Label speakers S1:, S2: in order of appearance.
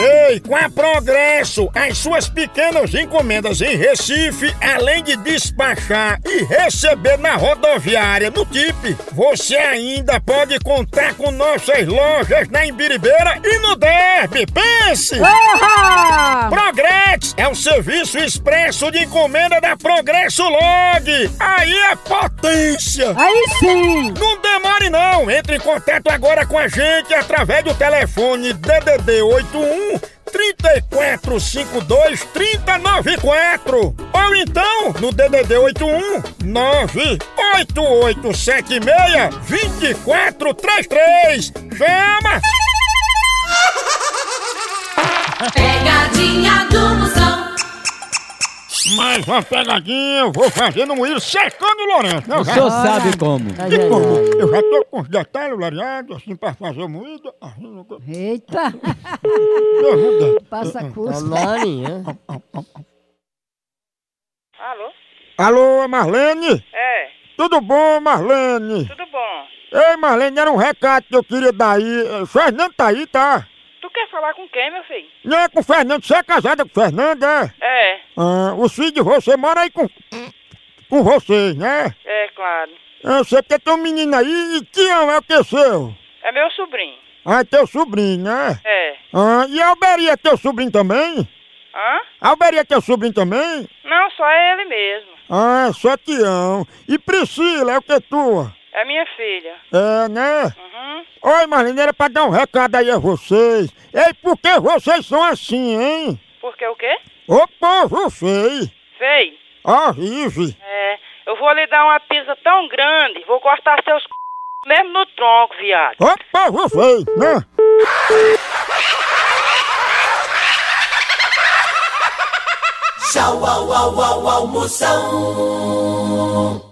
S1: Ei, com a Progresso, as suas pequenas encomendas em Recife, além de despachar e receber na rodoviária no TIP, você ainda pode contar com nossas lojas na Imbiribeira e no Derby. Pense!
S2: Porra!
S1: Progresso é o serviço expresso de encomenda da Progresso Log. Aí é potência!
S2: Aí sim!
S1: Não demore não, entre em contato agora com a gente através do telefone DDD 81 3452 3094 ou então no DDD 81 98876 2433 chama!
S3: Pegadinha do Moção.
S1: Mais uma pegadinha, eu vou fazer no Will cercando o Lourenço. né? Eu
S4: O
S1: já-
S4: senhor sabe como.
S2: Ai,
S1: E
S2: ai,
S1: como?
S2: ai.
S1: Eu já tô com os detalhes lareados, assim, pra fazer moída. assim, não tô- Ah,
S2: Eita! Passa cuspe.
S5: Alô?
S1: Alô, Marlene?
S5: É,
S1: Tudo bom, Marlene?
S5: tudo bom.
S1: Ei, Marlene, era um recado que eu queria dar aí. Eh, O Fernando tá aí, tá?
S5: Tu quer falar com quem, meu filho?
S1: Não é com o Fernando, você é casada com o Fernando, é?
S5: É,
S1: Ah, os filhos de você moram aí com... Com vocês, né?
S5: é claro.
S1: Ah, Você quer ter um menino aí e que ano é o que seu?
S5: É meu sobrinho.
S1: Ah, é teu sobrinho, né?
S5: É.
S1: Ah, e a Alberia é teu sobrinho também?
S5: Hã?
S1: A Alberia é teu sobrinho também?
S5: Não, só é ele mesmo.
S1: Ah, só Tião. E Priscila, é o que é tua?
S5: É minha filha.
S1: É, né?
S5: Uhum.
S1: Oi, Marlene, era pra dar um recado aí a vocês. Ei, por que vocês são assim, hein?
S5: Porque o quê?
S1: Ô povo feio,
S5: Feio.
S1: horrível.
S5: É, eu vou lhe dar uma pizza tão grande, vou cortar seus c... mesmo no tronco, viado.
S1: Ô povo feio, né?
S3: Tchau, au, au, au, au, Moção.